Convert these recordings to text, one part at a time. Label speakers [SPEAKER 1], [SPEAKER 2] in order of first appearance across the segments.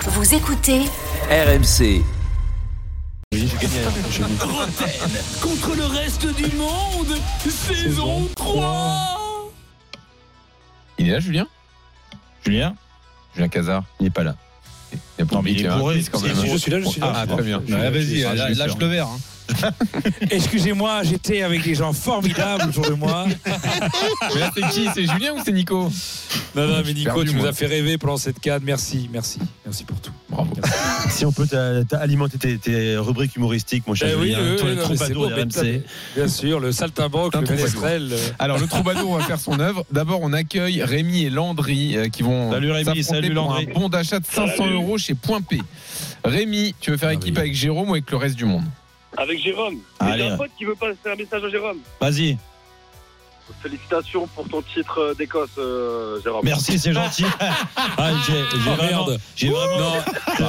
[SPEAKER 1] Vous écoutez
[SPEAKER 2] RMC.
[SPEAKER 3] Roten contre le reste du monde, saison 3
[SPEAKER 4] Il est là, Julien
[SPEAKER 5] Julien
[SPEAKER 4] Julien Cazard Il n'est pas là. Il y a pas
[SPEAKER 5] Non,
[SPEAKER 4] de
[SPEAKER 5] mais il
[SPEAKER 4] pique,
[SPEAKER 5] est
[SPEAKER 4] hein.
[SPEAKER 5] bourré.
[SPEAKER 4] C'est quand
[SPEAKER 5] Si,
[SPEAKER 4] même,
[SPEAKER 5] si,
[SPEAKER 4] hein.
[SPEAKER 5] je suis là, je suis là.
[SPEAKER 4] Ah, très bien. euh,
[SPEAKER 5] Ouais, vas-y,
[SPEAKER 4] Je- je-
[SPEAKER 5] là-
[SPEAKER 4] je-
[SPEAKER 5] lâche
[SPEAKER 4] je-
[SPEAKER 5] le verre. hein.
[SPEAKER 3] Excusez-moi, j'étais avec des gens formidables autour de moi.
[SPEAKER 4] Mais là, c'est qui C'est Julien ou c'est Nico
[SPEAKER 3] Non, non,
[SPEAKER 4] Je
[SPEAKER 3] mais
[SPEAKER 4] suis
[SPEAKER 3] Nico,
[SPEAKER 4] perdu,
[SPEAKER 3] tu nous
[SPEAKER 4] moi.
[SPEAKER 3] as fait rêver pendant cette cadre. Merci, merci, merci pour tout.
[SPEAKER 4] Bravo.
[SPEAKER 6] Si on peut t'a- t'a- alimenter tes, tes rubriques humoristiques, mon cher
[SPEAKER 3] Eh oui,
[SPEAKER 6] Julien,
[SPEAKER 3] oui,
[SPEAKER 6] toi,
[SPEAKER 3] oui,
[SPEAKER 6] le
[SPEAKER 3] non, mais c'est
[SPEAKER 6] troubadour
[SPEAKER 3] beau,
[SPEAKER 6] des
[SPEAKER 3] mais
[SPEAKER 6] RMC.
[SPEAKER 3] Bien sûr, le saltimbanque,
[SPEAKER 4] Un
[SPEAKER 3] le
[SPEAKER 4] troubadour.
[SPEAKER 3] ménestrel. euh,
[SPEAKER 4] Alors, le troubadour va faire son œuvre. D'abord, on accueille Rémi et Landry euh, qui vont
[SPEAKER 5] Salut, Rémi,
[SPEAKER 4] s'affronter
[SPEAKER 5] salut,
[SPEAKER 4] pour un
[SPEAKER 5] Landry.
[SPEAKER 4] bon d'achat de 500 euros chez Point P. Rémi, tu veux
[SPEAKER 5] Ah
[SPEAKER 4] faire équipe avec Jérôme ou avec le reste du monde
[SPEAKER 7] Avec Jérôme. Mais
[SPEAKER 5] Allez.
[SPEAKER 7] J'ai un pote qui veut passer un message à Jérôme.
[SPEAKER 5] Vas-y.
[SPEAKER 7] Félicitations pour ton titre euh, d'Écosse, euh, Jérôme.
[SPEAKER 5] Merci, c'est gentil. Ah, j'ai- j'ai
[SPEAKER 3] Oh,
[SPEAKER 5] vraiment-
[SPEAKER 3] merde.
[SPEAKER 5] J'ai vraiment.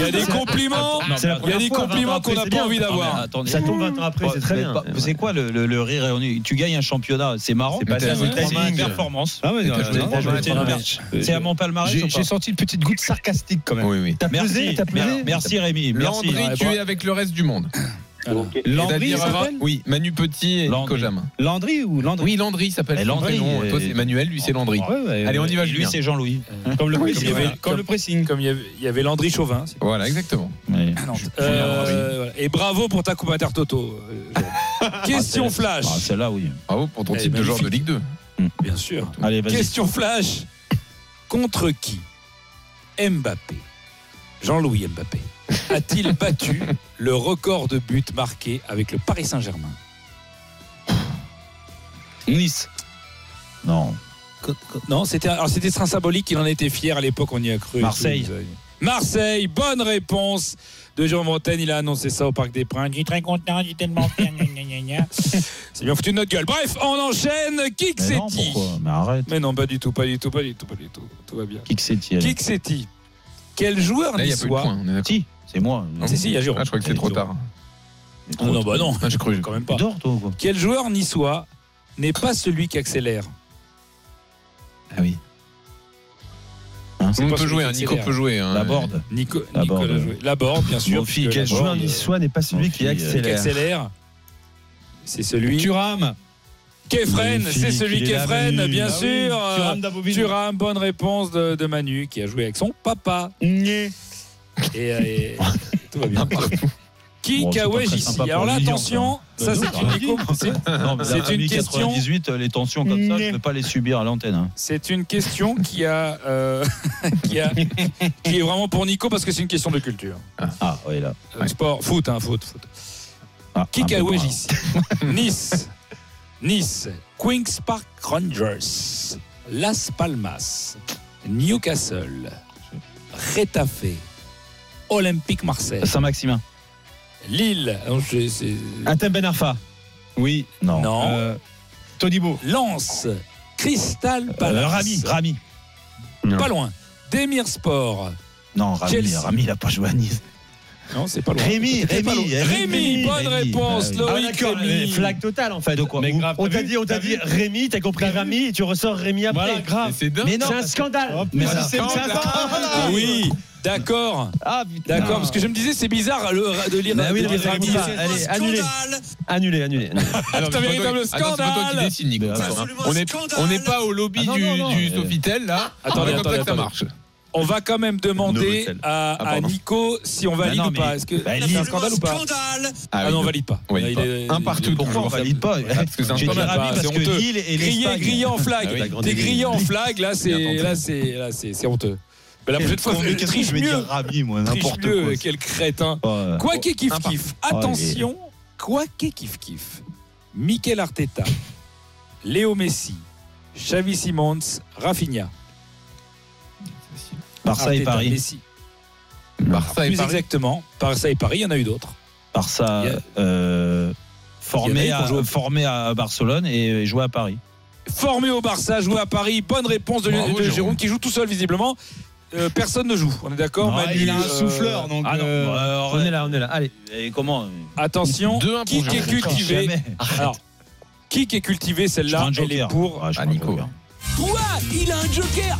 [SPEAKER 3] Il y a des compliments.
[SPEAKER 5] Non,
[SPEAKER 3] Il y a
[SPEAKER 5] mais-
[SPEAKER 3] des
[SPEAKER 6] fois,
[SPEAKER 3] compliments
[SPEAKER 6] vingt
[SPEAKER 3] qu'on n'a
[SPEAKER 6] après,
[SPEAKER 3] pas
[SPEAKER 6] c'est
[SPEAKER 3] envie
[SPEAKER 6] bien.
[SPEAKER 3] d'avoir.
[SPEAKER 5] Ça
[SPEAKER 6] Ça
[SPEAKER 5] tombe.
[SPEAKER 6] tombe 20 ans après, c'est très
[SPEAKER 5] Mais
[SPEAKER 6] bien.
[SPEAKER 5] Ah, pas- C'est quoi le, le, le rire réuni Tu gagnes un championnat, c'est marrant.
[SPEAKER 6] C'est pas
[SPEAKER 4] ça, c'est
[SPEAKER 5] c'est
[SPEAKER 4] timing.
[SPEAKER 5] une performance.
[SPEAKER 6] Ah ouais,
[SPEAKER 4] T'as joué
[SPEAKER 6] euh,
[SPEAKER 4] dans
[SPEAKER 6] t'as
[SPEAKER 4] le
[SPEAKER 6] joué
[SPEAKER 4] match,
[SPEAKER 6] dans le
[SPEAKER 4] dans le
[SPEAKER 6] match.
[SPEAKER 5] C'est à mon palmarès. ou
[SPEAKER 4] J'ai
[SPEAKER 5] pas
[SPEAKER 4] j'ai senti une petite goutte sarcastique quand même. Oui, oui.
[SPEAKER 6] T'as pesé,
[SPEAKER 5] Merci,
[SPEAKER 6] t'as pesé.
[SPEAKER 5] merci Rémi. Merci. Ah,
[SPEAKER 4] Landry, tu es avec le reste du monde.
[SPEAKER 7] Ok.
[SPEAKER 5] Landry, il
[SPEAKER 4] C'est-à-dire,
[SPEAKER 5] s'appelle
[SPEAKER 4] Oui, Manu Petit et Nico
[SPEAKER 5] Landry.
[SPEAKER 4] Jamin.
[SPEAKER 5] Landry ou Landry
[SPEAKER 4] Oui, Landry s'appelle.
[SPEAKER 5] Eh,
[SPEAKER 4] son
[SPEAKER 5] Landry,
[SPEAKER 4] prénom.
[SPEAKER 5] euh,
[SPEAKER 4] Toi, c'est Manuel, lui, c'est Landry.
[SPEAKER 5] Ouais, ouais,
[SPEAKER 4] Allez, on y va,
[SPEAKER 5] Et Lui,
[SPEAKER 4] Julien.
[SPEAKER 5] c'est Jean-Louis.
[SPEAKER 3] Comme le
[SPEAKER 4] pressing, voilà.
[SPEAKER 3] Comme le pressing. Comme il y avait- il y avait Landry Chauvin. c'est-
[SPEAKER 4] Voilà, exactement.
[SPEAKER 3] Euh, voilà. Et bravo pour ta coupe intertoto. euh, Jérôme. Question flash.
[SPEAKER 5] Ah, Celle-là, oui.
[SPEAKER 4] Bravo pour ton
[SPEAKER 3] Eh,
[SPEAKER 4] titre de
[SPEAKER 3] magnifique.
[SPEAKER 4] joueur de Ligue 2.
[SPEAKER 3] Bien sûr.
[SPEAKER 5] Allez, vas-y.
[SPEAKER 3] Question flash. Contre qui Mbappé, Jean-Louis Mbappé, a-t-il battu le record de buts marqués avec le Paris Saint-Germain
[SPEAKER 5] Nice. Non.
[SPEAKER 3] Euh, Non, c'était alors c'était très symbolique, il en était fier à l'époque, on y a cru.
[SPEAKER 5] Marseille.
[SPEAKER 3] Marseille, bonne réponse de Jean Montaigne, il a annoncé ça au Parc des Princes. J'étais très content, j'étais tellement fier. gna, gna, gna, gna. C'est bien foutu de notre gueule. Bref, on enchaîne. Qui que
[SPEAKER 5] Mais
[SPEAKER 3] c'est
[SPEAKER 5] non,
[SPEAKER 3] qui
[SPEAKER 5] pourquoi Mais arrête.
[SPEAKER 3] Mais non, pas du tout, pas du tout, pas du tout, pas du tout. Tout va bien.
[SPEAKER 5] Qui que c'est
[SPEAKER 3] Qui que c'est qui Quel joueur
[SPEAKER 4] Là, il n'y a pas eu de
[SPEAKER 3] niçois
[SPEAKER 4] point. On est d'accord.
[SPEAKER 5] Si, c'est moi.
[SPEAKER 3] Si, si, il y a Jérôme.
[SPEAKER 4] Ah, je crois que c'est
[SPEAKER 3] Il y a
[SPEAKER 4] trop
[SPEAKER 3] Jérôme.
[SPEAKER 4] tard.
[SPEAKER 3] Non, non, bah non,
[SPEAKER 4] Ah, j'ai cru.
[SPEAKER 3] quand même
[SPEAKER 5] Tu
[SPEAKER 3] pas.
[SPEAKER 5] dors, toi, ou quoi
[SPEAKER 3] Quel joueur niçois n'est pas celui qui accélère
[SPEAKER 4] Ah oui. Tout le
[SPEAKER 3] pas
[SPEAKER 4] monde peut
[SPEAKER 3] celui
[SPEAKER 4] jouer,
[SPEAKER 3] qui
[SPEAKER 4] hein, Nico
[SPEAKER 3] accélère.
[SPEAKER 4] peut jouer. hein.
[SPEAKER 5] La board.
[SPEAKER 3] Nico,
[SPEAKER 5] Laborde.
[SPEAKER 3] Nicolas Jouet. Laborde, bien sûr.
[SPEAKER 5] Bonfi,
[SPEAKER 3] puisque
[SPEAKER 5] quel
[SPEAKER 3] Laborde,
[SPEAKER 5] joueur
[SPEAKER 6] Joueur niçois n'est pas celui qui
[SPEAKER 5] Bon,
[SPEAKER 3] Celui qui
[SPEAKER 6] accélère.
[SPEAKER 3] accélère, c'est celui.
[SPEAKER 5] Thuram.
[SPEAKER 3] Kefren,
[SPEAKER 5] Magnifique,
[SPEAKER 3] c'est celui
[SPEAKER 5] il est là,
[SPEAKER 3] Kefren,
[SPEAKER 5] Manu.
[SPEAKER 3] bien
[SPEAKER 5] Ah oui,
[SPEAKER 3] sûr. Euh,
[SPEAKER 5] Thuram d'Abbeville.
[SPEAKER 3] Thuram, bonne réponse de, de Manu, qui a joué avec son papa. Et, euh, et- tout va bien. Qui
[SPEAKER 5] Bon, c'est pas
[SPEAKER 3] Kawaj
[SPEAKER 5] très
[SPEAKER 3] ici
[SPEAKER 5] sympa pour
[SPEAKER 3] Alors là,
[SPEAKER 5] lui,
[SPEAKER 3] attention, ça
[SPEAKER 5] Bah,
[SPEAKER 3] c'est
[SPEAKER 5] non,
[SPEAKER 3] une,
[SPEAKER 5] bah,
[SPEAKER 3] éco- c'est- C'est
[SPEAKER 5] C'est
[SPEAKER 3] une
[SPEAKER 5] une
[SPEAKER 3] question.
[SPEAKER 5] 98, euh, les tensions comme ça, je ne peux pas les subir à l'antenne. hein.
[SPEAKER 3] c'est une question qui a, euh, qui a- qui est vraiment pour Nico parce que c'est une question de culture.
[SPEAKER 5] Ah, oui, là.
[SPEAKER 3] Euh, Sport, foot, hein, foot, foot.
[SPEAKER 5] Ah,
[SPEAKER 3] Qui
[SPEAKER 5] un peu
[SPEAKER 3] Kawaj
[SPEAKER 5] brun.
[SPEAKER 3] ici Nice, Nice, Queens Park Rangers, Las Palmas, Newcastle, Retafe, Olympique Marseille,
[SPEAKER 5] Saint-Maximin.
[SPEAKER 3] Lille, non, je- c'est-
[SPEAKER 5] Atem Ben Arfa. Oui. Non. Euh,
[SPEAKER 3] Non.
[SPEAKER 5] Todibo.
[SPEAKER 3] Lens, Crystal Palace,
[SPEAKER 5] Euh, Rami. Rami.
[SPEAKER 3] pas loin, Demirspor.
[SPEAKER 5] Non, Rami,
[SPEAKER 3] Chelsea.
[SPEAKER 5] Rami, il n'a pas joué à Nice.
[SPEAKER 3] Non, c'est pas loin.
[SPEAKER 5] Rémi,
[SPEAKER 3] C'était pas
[SPEAKER 5] Rémi,
[SPEAKER 3] loin. Rémi, bonne réponse,
[SPEAKER 5] bah oui.
[SPEAKER 3] Loïc. Rémi.
[SPEAKER 6] Flag totale en fait.
[SPEAKER 5] De quoi
[SPEAKER 6] Mais
[SPEAKER 5] Vous-
[SPEAKER 6] grave, on t'a dit, on t'a dit Rémi, t'as compris Rémi, et tu ressors Rémi après.
[SPEAKER 5] Voilà,
[SPEAKER 4] Et
[SPEAKER 5] grave.
[SPEAKER 4] C'est dingue.
[SPEAKER 5] Mais non,
[SPEAKER 6] C'est un scandale.
[SPEAKER 5] mais
[SPEAKER 4] Voilà.
[SPEAKER 5] ça-
[SPEAKER 4] Ah,
[SPEAKER 5] ça-
[SPEAKER 3] Ah oui, d'accord,
[SPEAKER 5] Ah, putain.
[SPEAKER 3] d'accord, parce que je me disais c'est bizarre le- de lire.
[SPEAKER 5] Bah oui,
[SPEAKER 3] de
[SPEAKER 5] mais
[SPEAKER 3] lire
[SPEAKER 5] ça
[SPEAKER 3] Rami.
[SPEAKER 5] compte pas.
[SPEAKER 6] Allez, annulé. Annulé, annulé. annulé.
[SPEAKER 4] Alors,
[SPEAKER 3] Putain,
[SPEAKER 4] c'est pas toi-
[SPEAKER 3] véritable
[SPEAKER 4] Ah non, c'est pas toi
[SPEAKER 3] scandale.
[SPEAKER 4] qui décide, Nico.
[SPEAKER 5] Mais
[SPEAKER 4] Attends,
[SPEAKER 5] absolument,
[SPEAKER 4] hein. On est- On n'est pas au lobby
[SPEAKER 5] Ah non,
[SPEAKER 4] du,
[SPEAKER 5] non, non,
[SPEAKER 4] du
[SPEAKER 5] euh,
[SPEAKER 4] Sofitel, là.
[SPEAKER 3] attendez,
[SPEAKER 4] C'est comme ça
[SPEAKER 3] attendez,
[SPEAKER 4] que ça
[SPEAKER 3] attendez.
[SPEAKER 4] marche.
[SPEAKER 3] On va quand même demander
[SPEAKER 4] Novotel. Ah,
[SPEAKER 3] à, à
[SPEAKER 4] pardon.
[SPEAKER 3] Nico si on valide
[SPEAKER 5] Bah non,
[SPEAKER 3] ou pas.
[SPEAKER 5] mais-
[SPEAKER 3] Est-ce que
[SPEAKER 5] bah,
[SPEAKER 3] c'est
[SPEAKER 5] Lille.
[SPEAKER 3] un scandale ou pas Ah,
[SPEAKER 4] oui,
[SPEAKER 3] non, on
[SPEAKER 4] donc,
[SPEAKER 3] valide pas.
[SPEAKER 4] on valide
[SPEAKER 3] Il
[SPEAKER 4] pas.
[SPEAKER 3] est-
[SPEAKER 4] Un
[SPEAKER 3] il-
[SPEAKER 4] partout.
[SPEAKER 3] il-
[SPEAKER 5] Pourquoi on valide pas
[SPEAKER 4] Parce que c'est un
[SPEAKER 5] J'ai dit
[SPEAKER 4] scandale.
[SPEAKER 3] pas,
[SPEAKER 5] Rami parce
[SPEAKER 3] c'est
[SPEAKER 5] que
[SPEAKER 3] honteux.
[SPEAKER 5] Lille et
[SPEAKER 3] Grillé,
[SPEAKER 5] l'Espagne.
[SPEAKER 3] grillé en flag.
[SPEAKER 4] Ah oui.
[SPEAKER 3] T'es
[SPEAKER 4] La
[SPEAKER 6] grande
[SPEAKER 3] grillé en flag, là, c'est,
[SPEAKER 4] Bien tenté.
[SPEAKER 3] là, c'est, là, c'est, c'est honteux. Mais la
[SPEAKER 5] Quel
[SPEAKER 3] prochaine fois,
[SPEAKER 5] con, mais qu'est-ce que
[SPEAKER 3] triche
[SPEAKER 5] je vais dire
[SPEAKER 3] mieux.
[SPEAKER 5] Rami, moi,
[SPEAKER 3] Triche
[SPEAKER 5] n'importe
[SPEAKER 3] mieux,
[SPEAKER 5] quoi.
[SPEAKER 3] quel crétin.
[SPEAKER 5] Oh,
[SPEAKER 3] Quoi qu'il kiff kiff.
[SPEAKER 5] Oh,
[SPEAKER 3] Attention, quoi qu'il kiff kiff. Mikel Arteta, Léo Messi, Xavi Simons, Rafinha.
[SPEAKER 5] Marseille,
[SPEAKER 3] Arteta,
[SPEAKER 5] Paris.
[SPEAKER 3] Ah, Messi.
[SPEAKER 4] Marseille,
[SPEAKER 3] Plus
[SPEAKER 4] Paris.
[SPEAKER 3] exactement, Marseille, Paris, il y en a eu d'autres.
[SPEAKER 5] Barça
[SPEAKER 3] Il y a- Il
[SPEAKER 5] euh,
[SPEAKER 3] y
[SPEAKER 5] formé,
[SPEAKER 3] en a qui ont
[SPEAKER 5] à,
[SPEAKER 3] joué au-
[SPEAKER 5] formé à Barcelone et, et joué à Paris.
[SPEAKER 3] formé au Barça, joué à Paris. Bonne réponse de,
[SPEAKER 4] Bravo,
[SPEAKER 3] de Jérôme.
[SPEAKER 4] Jérôme,
[SPEAKER 3] qui joue tout seul visiblement. Euh, personne ne joue, on est d'accord
[SPEAKER 5] Bah,
[SPEAKER 3] Manu, euh,
[SPEAKER 5] donc. euh,
[SPEAKER 3] ah non,
[SPEAKER 6] On est là, on est là. Allez.
[SPEAKER 5] Et comment euh,
[SPEAKER 3] Attention,
[SPEAKER 4] Deux, un pour
[SPEAKER 3] qui est
[SPEAKER 4] Jérôme.
[SPEAKER 3] cultivé
[SPEAKER 5] Jamais. Ah,
[SPEAKER 3] Alors, qui est cultivé
[SPEAKER 5] Je prends
[SPEAKER 3] celle-là
[SPEAKER 5] un
[SPEAKER 3] Elle est
[SPEAKER 5] joker.
[SPEAKER 3] pour.
[SPEAKER 5] Ah, je
[SPEAKER 4] Ah,
[SPEAKER 5] prends un
[SPEAKER 4] Nico.
[SPEAKER 5] joker.
[SPEAKER 3] Quoi Il a un joker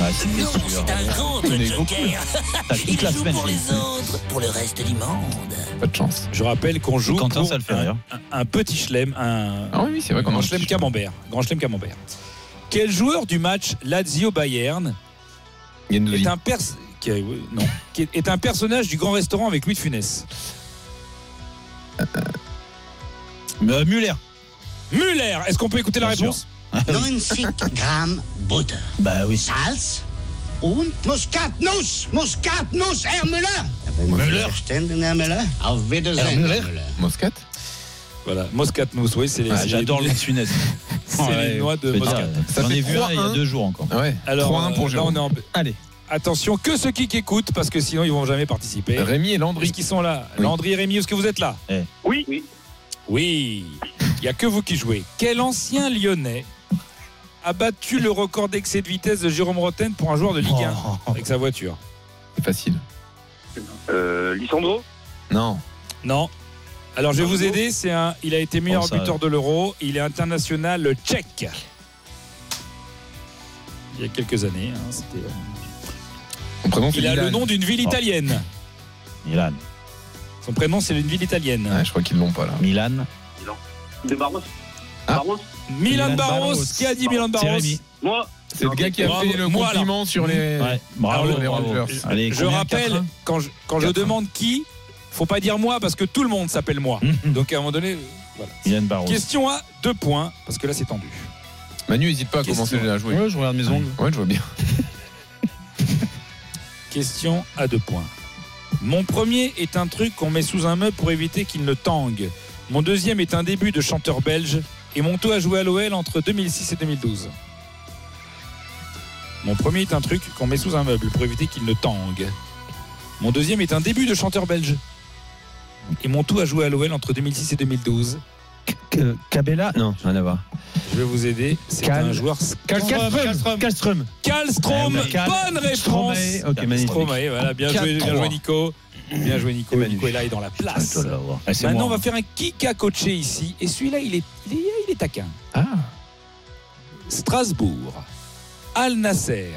[SPEAKER 5] Ah, c'est bien
[SPEAKER 1] L'ours
[SPEAKER 5] sûr.
[SPEAKER 1] est un grand
[SPEAKER 4] On est
[SPEAKER 1] joker.
[SPEAKER 5] T'as toute
[SPEAKER 1] Il
[SPEAKER 5] la
[SPEAKER 1] joue
[SPEAKER 5] semaine.
[SPEAKER 1] pour les autres, pour le reste du monde.
[SPEAKER 4] Pas de chance.
[SPEAKER 3] Je rappelle qu'on joue
[SPEAKER 5] Quentin,
[SPEAKER 3] pour
[SPEAKER 5] ça le fait
[SPEAKER 3] un-
[SPEAKER 5] rire.
[SPEAKER 3] un, un petit chelem, un
[SPEAKER 4] Ah oui, oui, c'est vrai qu'on
[SPEAKER 3] grand
[SPEAKER 4] en
[SPEAKER 3] chelem camembert. Grand chelem camembert. Quel joueur du match Lazio-Bayern
[SPEAKER 4] Gendouzi.
[SPEAKER 3] est un pers- qui est- euh, non, qui est- est un personnage du grand restaurant avec Louis de Funès
[SPEAKER 5] Euh, Muller.
[SPEAKER 3] Muller Est-ce qu'on peut écouter la
[SPEAKER 5] Bien sûr.
[SPEAKER 3] réponse
[SPEAKER 2] 90 Gramm Butter,
[SPEAKER 5] Bah oui.
[SPEAKER 2] Salz
[SPEAKER 8] Und
[SPEAKER 2] Muskatnuss, Muskatnuss, Herr Müller.
[SPEAKER 8] Müller.
[SPEAKER 2] Verstanden, Herr Müller? Auf Wiedersehen,
[SPEAKER 8] Herr Müller.
[SPEAKER 2] Herr Müller.
[SPEAKER 4] Moscat
[SPEAKER 3] Voilà, Moscatnos, oui, c'est les,
[SPEAKER 5] Ah,
[SPEAKER 3] c'est
[SPEAKER 5] J'adore
[SPEAKER 3] les,
[SPEAKER 5] le Funès.
[SPEAKER 3] c'est les noix de
[SPEAKER 5] Je veux dire,
[SPEAKER 3] Moscat.
[SPEAKER 5] euh,
[SPEAKER 4] Ça
[SPEAKER 5] J'en
[SPEAKER 4] fait
[SPEAKER 5] ai vu un il y a
[SPEAKER 3] hein.
[SPEAKER 4] 3-1.
[SPEAKER 5] deux jours encore.
[SPEAKER 4] Ouais.
[SPEAKER 3] Alors,
[SPEAKER 4] 3-1 pour
[SPEAKER 3] euh, là,
[SPEAKER 4] Jérôme.
[SPEAKER 3] on est en-
[SPEAKER 4] Allez.
[SPEAKER 3] Attention, que ceux qui écoutent, parce que sinon ils vont jamais participer.
[SPEAKER 4] Rémi et Landry.
[SPEAKER 3] Puisqu'ils sont là,
[SPEAKER 4] Oui.
[SPEAKER 3] Landry et Rémi, est-ce que vous êtes là
[SPEAKER 5] Eh.
[SPEAKER 7] Oui. oui.
[SPEAKER 3] Oui. Il n'y a que vous qui jouez. Quel ancien Lyonnais a battu le record d'excès de vitesse de Jérôme Roten pour un joueur de Ligue 1
[SPEAKER 5] Oh.
[SPEAKER 3] avec sa voiture
[SPEAKER 4] C'est facile.
[SPEAKER 7] Euh, Lissandro
[SPEAKER 4] Non.
[SPEAKER 3] Non. Alors je vais vous aider, c'est un il a été meilleur
[SPEAKER 5] Bon, ça-
[SPEAKER 3] buteur de l'Euro, il est international tchèque. Il y a quelques années, hein, c'était-
[SPEAKER 4] Son prénom, c'est
[SPEAKER 3] Il a
[SPEAKER 4] Milan.
[SPEAKER 3] le nom d'une
[SPEAKER 5] Oh.
[SPEAKER 3] ville italienne.
[SPEAKER 5] Milan.
[SPEAKER 3] Son prénom c'est une ville italienne.
[SPEAKER 4] Ouais, je crois qu'ils l'ont pas là.
[SPEAKER 5] Milan.
[SPEAKER 7] De Barros
[SPEAKER 4] Ah.
[SPEAKER 7] Barros
[SPEAKER 3] Milan
[SPEAKER 5] Milan
[SPEAKER 3] Barros,
[SPEAKER 5] Barros.
[SPEAKER 3] qui a dit Milan
[SPEAKER 5] C'est
[SPEAKER 3] Barros
[SPEAKER 5] Rémi.
[SPEAKER 7] Moi
[SPEAKER 4] C'est le gars qui a
[SPEAKER 3] Bravo.
[SPEAKER 4] fait le
[SPEAKER 3] Moi,
[SPEAKER 4] compliment sur les.
[SPEAKER 5] Ouais. Bravo,
[SPEAKER 4] Alors, les
[SPEAKER 5] bravo.
[SPEAKER 4] Rangers.
[SPEAKER 5] Allez,
[SPEAKER 3] Ah, Je
[SPEAKER 5] combien,
[SPEAKER 3] rappelle,
[SPEAKER 5] 4-1?
[SPEAKER 3] quand je, quand je
[SPEAKER 4] Quatre, hein.
[SPEAKER 3] demande qui, faut pas dire moi parce que tout le monde s'appelle moi. Donc à un moment donné, voilà.
[SPEAKER 5] Hum, Milan Mm. Barros.
[SPEAKER 3] Question A, deux points, parce que là c'est tendu.
[SPEAKER 4] Manu, n'hésite pas à
[SPEAKER 3] Question.
[SPEAKER 4] commencer à jouer.
[SPEAKER 5] Ouais, je regarde mes ongles.
[SPEAKER 4] Ouais, je vois bien.
[SPEAKER 3] Question à deux points. Mon premier est un truc qu'on met sous un meuble pour éviter qu'il ne tangue. Mon deuxième est un début de chanteur belge. Et mon taux a joué à l'OL entre 2006 et 2012. Mon premier est un truc qu'on met sous un meuble pour éviter qu'il ne tangue. Mon deuxième est un début de chanteur belge. Et mon tout a joué à l'OL entre 2006 et 2012.
[SPEAKER 6] Euh, Cabella Non, rien à voir.
[SPEAKER 3] Je vais vous aider. C'est
[SPEAKER 6] Cal-
[SPEAKER 3] un joueur.
[SPEAKER 6] Calstrum. Calstrum.
[SPEAKER 3] Kalstrom.
[SPEAKER 5] Eh oui. Cal-
[SPEAKER 3] Bonne réponse.
[SPEAKER 6] Stromae. Ok, magnifique.
[SPEAKER 3] Stromae, voilà, bien joué, bien joué Nico. Bien joué Nico.
[SPEAKER 6] Et Manu.
[SPEAKER 3] Nico est là, il est dans la
[SPEAKER 5] Ah,
[SPEAKER 3] place.
[SPEAKER 5] toi, là, ouais. Ah, c'est
[SPEAKER 3] Maintenant, on
[SPEAKER 5] moi.
[SPEAKER 3] va faire un kick à coacher ici. Et celui-là, il est, il est, il est taquin.
[SPEAKER 4] Ah.
[SPEAKER 3] Strasbourg, Al Nasser,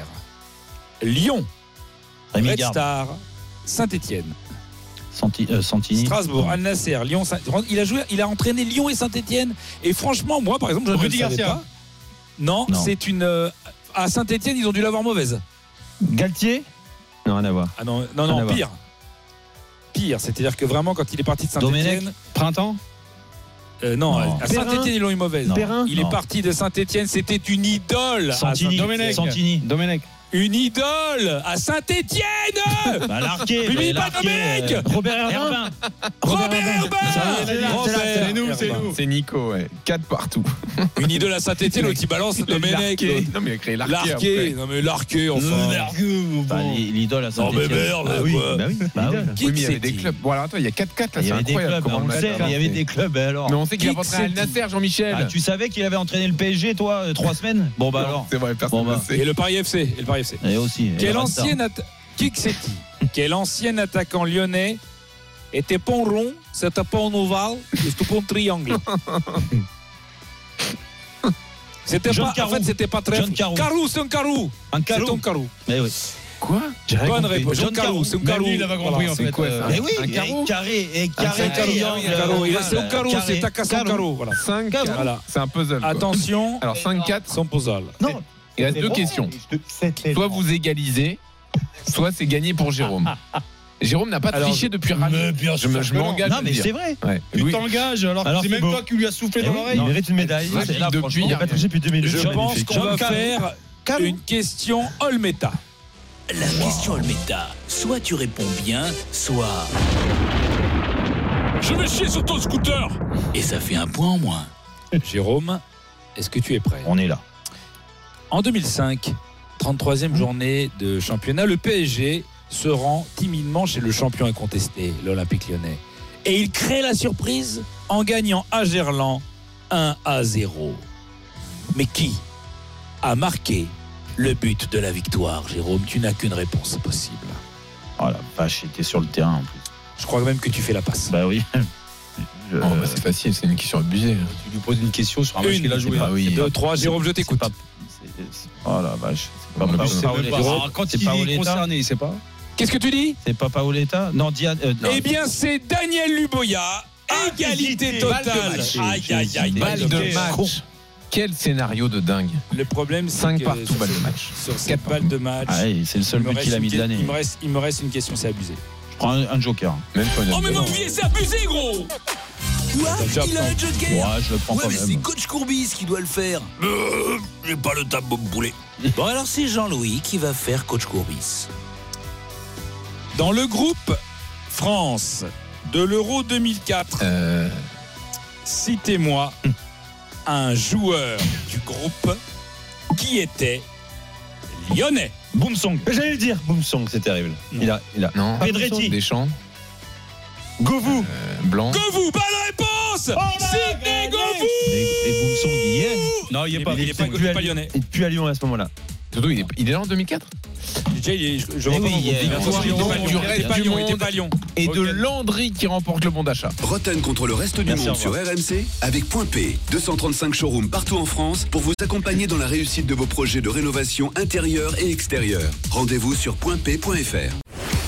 [SPEAKER 3] Lyon,
[SPEAKER 5] Rémi
[SPEAKER 3] Red
[SPEAKER 5] Garde.
[SPEAKER 3] Star, Saint-Etienne.
[SPEAKER 5] Santi- euh, Santini.
[SPEAKER 3] Strasbourg, Al Nasser, Lyon. Saint- il a joué, il a entraîné Lyon et Saint-Etienne. Et franchement, moi, par exemple, je ne le
[SPEAKER 5] Rudy
[SPEAKER 3] savais
[SPEAKER 5] Garcia.
[SPEAKER 3] pas. Non,
[SPEAKER 5] Non.
[SPEAKER 3] c'est une. euh, à Saint-Etienne, ils ont dû l'avoir mauvaise.
[SPEAKER 5] Hum.
[SPEAKER 6] Galtier Non, rien à voir.
[SPEAKER 3] Ah non, non,
[SPEAKER 6] Rien à
[SPEAKER 3] non,
[SPEAKER 6] voir.
[SPEAKER 3] pire. Pire, c'est-à-dire que vraiment, quand il est parti de Saint-Etienne.
[SPEAKER 5] Printemps
[SPEAKER 3] Euh, non,
[SPEAKER 5] Non.
[SPEAKER 3] à
[SPEAKER 6] Perrin.
[SPEAKER 3] Saint-Etienne, ils l'ont eu mauvaise.
[SPEAKER 5] Non.
[SPEAKER 6] Perrin
[SPEAKER 3] Il
[SPEAKER 5] Non.
[SPEAKER 3] est parti de Saint-Etienne, c'était une idole. à
[SPEAKER 5] Santini.
[SPEAKER 3] Saint-Étienne.
[SPEAKER 5] Domenech. Santini.
[SPEAKER 6] Domenech.
[SPEAKER 3] Une idole à Saint-Etienne
[SPEAKER 5] Bah, Larquet.
[SPEAKER 3] Mais
[SPEAKER 5] mais
[SPEAKER 3] pas
[SPEAKER 5] Larquet,
[SPEAKER 3] Domenech
[SPEAKER 5] euh,
[SPEAKER 6] Robert Herbin
[SPEAKER 5] Herbin.
[SPEAKER 3] Robert Urbain
[SPEAKER 6] C'est là, c'est là, c'est là.
[SPEAKER 3] Robert Urbain.
[SPEAKER 4] C'est Nico, ouais. 4 partout.
[SPEAKER 3] Une idole à Saint-Etienne, l'autre il balance Domenech.
[SPEAKER 4] Larqué.
[SPEAKER 3] l'autre.
[SPEAKER 4] Non, mais il a créé l'arqué.
[SPEAKER 3] Larqué,
[SPEAKER 4] après.
[SPEAKER 3] non mais Larqué, enfin.
[SPEAKER 5] Bah, L'idole à
[SPEAKER 3] Non mais
[SPEAKER 5] Saint-Etienne.
[SPEAKER 3] merde,
[SPEAKER 6] Ah oui,
[SPEAKER 3] quoi.
[SPEAKER 6] bah oui.
[SPEAKER 5] Bah oui.
[SPEAKER 6] Lidl.
[SPEAKER 3] Qui
[SPEAKER 4] Oui, mais
[SPEAKER 3] que
[SPEAKER 4] il y avait des
[SPEAKER 3] c'est-il
[SPEAKER 4] clubs. Bon, alors attends, il y a 4-4 là,
[SPEAKER 5] Il y
[SPEAKER 4] c'est
[SPEAKER 5] avait des
[SPEAKER 4] incroyable
[SPEAKER 5] clubs,
[SPEAKER 4] comment
[SPEAKER 5] on
[SPEAKER 4] on
[SPEAKER 5] le
[SPEAKER 4] le
[SPEAKER 5] sait, mais il y avait des clubs, et alors
[SPEAKER 4] Mais on sait qu'il
[SPEAKER 5] Qui
[SPEAKER 4] a rentré à
[SPEAKER 5] que
[SPEAKER 4] Nasser,
[SPEAKER 5] Ah,
[SPEAKER 4] Jean-Michel.
[SPEAKER 5] tu savais qu'il avait entraîné le PSG, toi, euh, trois semaines Bon, bah alors.
[SPEAKER 4] C'est vrai, personne
[SPEAKER 5] Bon,
[SPEAKER 4] ne
[SPEAKER 5] bah.
[SPEAKER 4] sait.
[SPEAKER 3] Et le Paris FC, et le Paris FC.
[SPEAKER 5] Et aussi. et
[SPEAKER 3] Quel
[SPEAKER 5] le hein. Red Star.
[SPEAKER 3] ancien atta- qui que c'est-il Quel ancien attaquant lyonnais était pont rond, c'était pas en ovale, c'était pas en triangle. C'était
[SPEAKER 5] John
[SPEAKER 3] pas, en
[SPEAKER 5] Carew.
[SPEAKER 3] fait, c'était pas très.
[SPEAKER 5] John Carew.
[SPEAKER 3] Carou, c'est un Carou.
[SPEAKER 5] Un
[SPEAKER 3] C'est
[SPEAKER 5] carreau.
[SPEAKER 3] un Carou.
[SPEAKER 5] Mais oui.
[SPEAKER 4] Quoi
[SPEAKER 3] Bonne réponse.
[SPEAKER 5] John
[SPEAKER 3] John Carou,
[SPEAKER 5] Carew.
[SPEAKER 3] c'est un
[SPEAKER 5] Même
[SPEAKER 3] Carou.
[SPEAKER 5] lui, il avait compris, en euh,
[SPEAKER 4] C'est quoi ça
[SPEAKER 5] Mais oui,
[SPEAKER 4] Un
[SPEAKER 5] et
[SPEAKER 4] carreau
[SPEAKER 5] carré, et carré,
[SPEAKER 4] c'est un carreau,
[SPEAKER 5] triangle,
[SPEAKER 4] un
[SPEAKER 3] Carou, il-
[SPEAKER 5] euh,
[SPEAKER 3] c'est un Carou,
[SPEAKER 5] carré.
[SPEAKER 3] c'est un Casson Carou. Voilà.
[SPEAKER 4] 5
[SPEAKER 3] Voilà.
[SPEAKER 4] C'est un puzzle. quoi.
[SPEAKER 3] Attention,
[SPEAKER 4] Alors 5-4,
[SPEAKER 3] son puzzle.
[SPEAKER 5] Non,
[SPEAKER 4] il reste deux questions. Soit vous égalisez, soit c'est gagné pour Jérôme. Jérôme n'a pas
[SPEAKER 3] Alors,
[SPEAKER 4] triché depuis Rami. Je me- je m'engage à
[SPEAKER 5] Non,
[SPEAKER 4] le
[SPEAKER 5] mais
[SPEAKER 4] dire.
[SPEAKER 5] c'est vrai.
[SPEAKER 4] Ouais. Louis-
[SPEAKER 5] t'engages alors Eh
[SPEAKER 6] c'est même
[SPEAKER 5] toi qui lui a soufflé
[SPEAKER 6] dans l'oreille. Il mérite une médaille.
[SPEAKER 4] Ouais,
[SPEAKER 5] c'est là,
[SPEAKER 4] depuis,
[SPEAKER 5] franchement.
[SPEAKER 4] il
[SPEAKER 6] Il
[SPEAKER 4] y a
[SPEAKER 6] n'a pas
[SPEAKER 4] rien.
[SPEAKER 6] touché depuis 2008.
[SPEAKER 3] Je pense qu'on
[SPEAKER 5] John
[SPEAKER 3] va
[SPEAKER 5] Carew.
[SPEAKER 3] faire
[SPEAKER 5] Carew.
[SPEAKER 3] une question Olmeta.
[SPEAKER 1] La question Olmeta. Soit tu réponds bien, soit.
[SPEAKER 3] Je vais chier sur ton scooter.
[SPEAKER 1] Et ça fait un point en moins.
[SPEAKER 3] Jérôme, est-ce que tu es prêt
[SPEAKER 5] On est là.
[SPEAKER 3] En 2005, 33e journée de championnat, le PSG se rend timidement chez le champion incontesté, l'Olympique lyonnais. Et il crée la surprise en gagnant à Gerland 1 à 0. Mais qui a marqué le but de la victoire, Jérôme Tu n'as qu'une réponse possible.
[SPEAKER 5] Oh la vache, j'étais sur le terrain en plus.
[SPEAKER 3] Je crois même que tu fais la passe.
[SPEAKER 5] Bah oui. Je-
[SPEAKER 4] Oh, bah, c'est facile, c'est une question abusée.
[SPEAKER 5] Tu lui poses une question sur un match
[SPEAKER 3] Une.
[SPEAKER 5] qu'il a joué.
[SPEAKER 4] Bah oui.
[SPEAKER 3] Deux, trois, Jérôme, je
[SPEAKER 5] C'est
[SPEAKER 3] t'écoute.
[SPEAKER 5] pas- c'est- c'est- Oh la vache. c'est Pas
[SPEAKER 4] On a
[SPEAKER 5] Paoletta.
[SPEAKER 4] vu, c'est même pas-
[SPEAKER 5] Alors, Quand
[SPEAKER 3] C'est
[SPEAKER 5] il est
[SPEAKER 3] Paoletta.
[SPEAKER 5] concerné, il sait pas.
[SPEAKER 3] Qu'est-ce que tu dis
[SPEAKER 5] C'est pas Paoletta Non, Dia. euh, non.
[SPEAKER 3] Eh bien, c'est Daniel Luboya. Égalité totale. Aïe, aïe, aïe.
[SPEAKER 4] Balle de
[SPEAKER 3] Égalité.
[SPEAKER 4] match. Quel scénario de dingue.
[SPEAKER 3] Le problème, c'est
[SPEAKER 4] 5
[SPEAKER 3] que
[SPEAKER 4] partout,
[SPEAKER 3] sur
[SPEAKER 4] balle
[SPEAKER 3] ce-
[SPEAKER 4] de match.
[SPEAKER 3] Sur cette
[SPEAKER 4] Quatre
[SPEAKER 3] balle de match.
[SPEAKER 5] Ah ouais, c'est
[SPEAKER 3] il
[SPEAKER 5] le seul
[SPEAKER 3] me
[SPEAKER 5] but
[SPEAKER 3] reste
[SPEAKER 5] qu'il a
[SPEAKER 3] une
[SPEAKER 5] mis de
[SPEAKER 3] que-
[SPEAKER 5] l'année.
[SPEAKER 3] Il me reste, il me reste une question, c'est abusé.
[SPEAKER 5] Je prends un, un joker.
[SPEAKER 4] Même pas une
[SPEAKER 1] Oh mais
[SPEAKER 4] anecdote.
[SPEAKER 1] mon vieil, c'est abusé gros Quoi
[SPEAKER 3] C'est un job,
[SPEAKER 1] Il a un joker
[SPEAKER 5] Ouais, je le prends
[SPEAKER 1] Ouais
[SPEAKER 5] quand
[SPEAKER 1] mais c'est
[SPEAKER 5] même.
[SPEAKER 1] coach Courbis qui doit le faire Euh, J'ai pas le tableau de poulet Bon alors c'est Jean-Louis qui va faire coach Courbis
[SPEAKER 3] Dans le groupe France de l'Euro 2004,
[SPEAKER 4] Euh,
[SPEAKER 3] citez-moi un joueur du groupe qui était lyonnais.
[SPEAKER 5] Boomsong.
[SPEAKER 6] J'allais le dire, Boomsong, c'est terrible. Il a, il a.
[SPEAKER 4] non.
[SPEAKER 6] Pedretti.
[SPEAKER 4] Deschamps.
[SPEAKER 6] Govou.
[SPEAKER 4] euh, Blanc.
[SPEAKER 3] Govou, bonne réponse Sidney Govou
[SPEAKER 5] Et, et Boomsong, il y est. Non, il y est pas.
[SPEAKER 3] Il est pas, il est pas lyonnais.
[SPEAKER 6] Il pue à Lyon à ce moment-là.
[SPEAKER 4] Surtout, il est, il est là en 2004
[SPEAKER 3] Déjà, il est, je, je
[SPEAKER 5] Mais
[SPEAKER 3] vois pas
[SPEAKER 5] oui,
[SPEAKER 3] mon
[SPEAKER 5] il y a-
[SPEAKER 3] groupe.
[SPEAKER 4] Victoire
[SPEAKER 3] Il était
[SPEAKER 4] du
[SPEAKER 3] pas
[SPEAKER 4] monde,
[SPEAKER 3] Lyon, il était pas Lyon, il était pas Lyon.
[SPEAKER 4] Et de
[SPEAKER 3] Ok.
[SPEAKER 4] Landry qui remporte le bon d'achat.
[SPEAKER 8] Roten contre le reste du
[SPEAKER 5] Merci,
[SPEAKER 8] monde
[SPEAKER 5] au
[SPEAKER 8] sur
[SPEAKER 5] revoir.
[SPEAKER 8] RMC avec Point P. 235 showrooms partout en France pour vous accompagner dans la réussite de vos projets de rénovation intérieure et extérieure. Rendez-vous sur pointp.fr.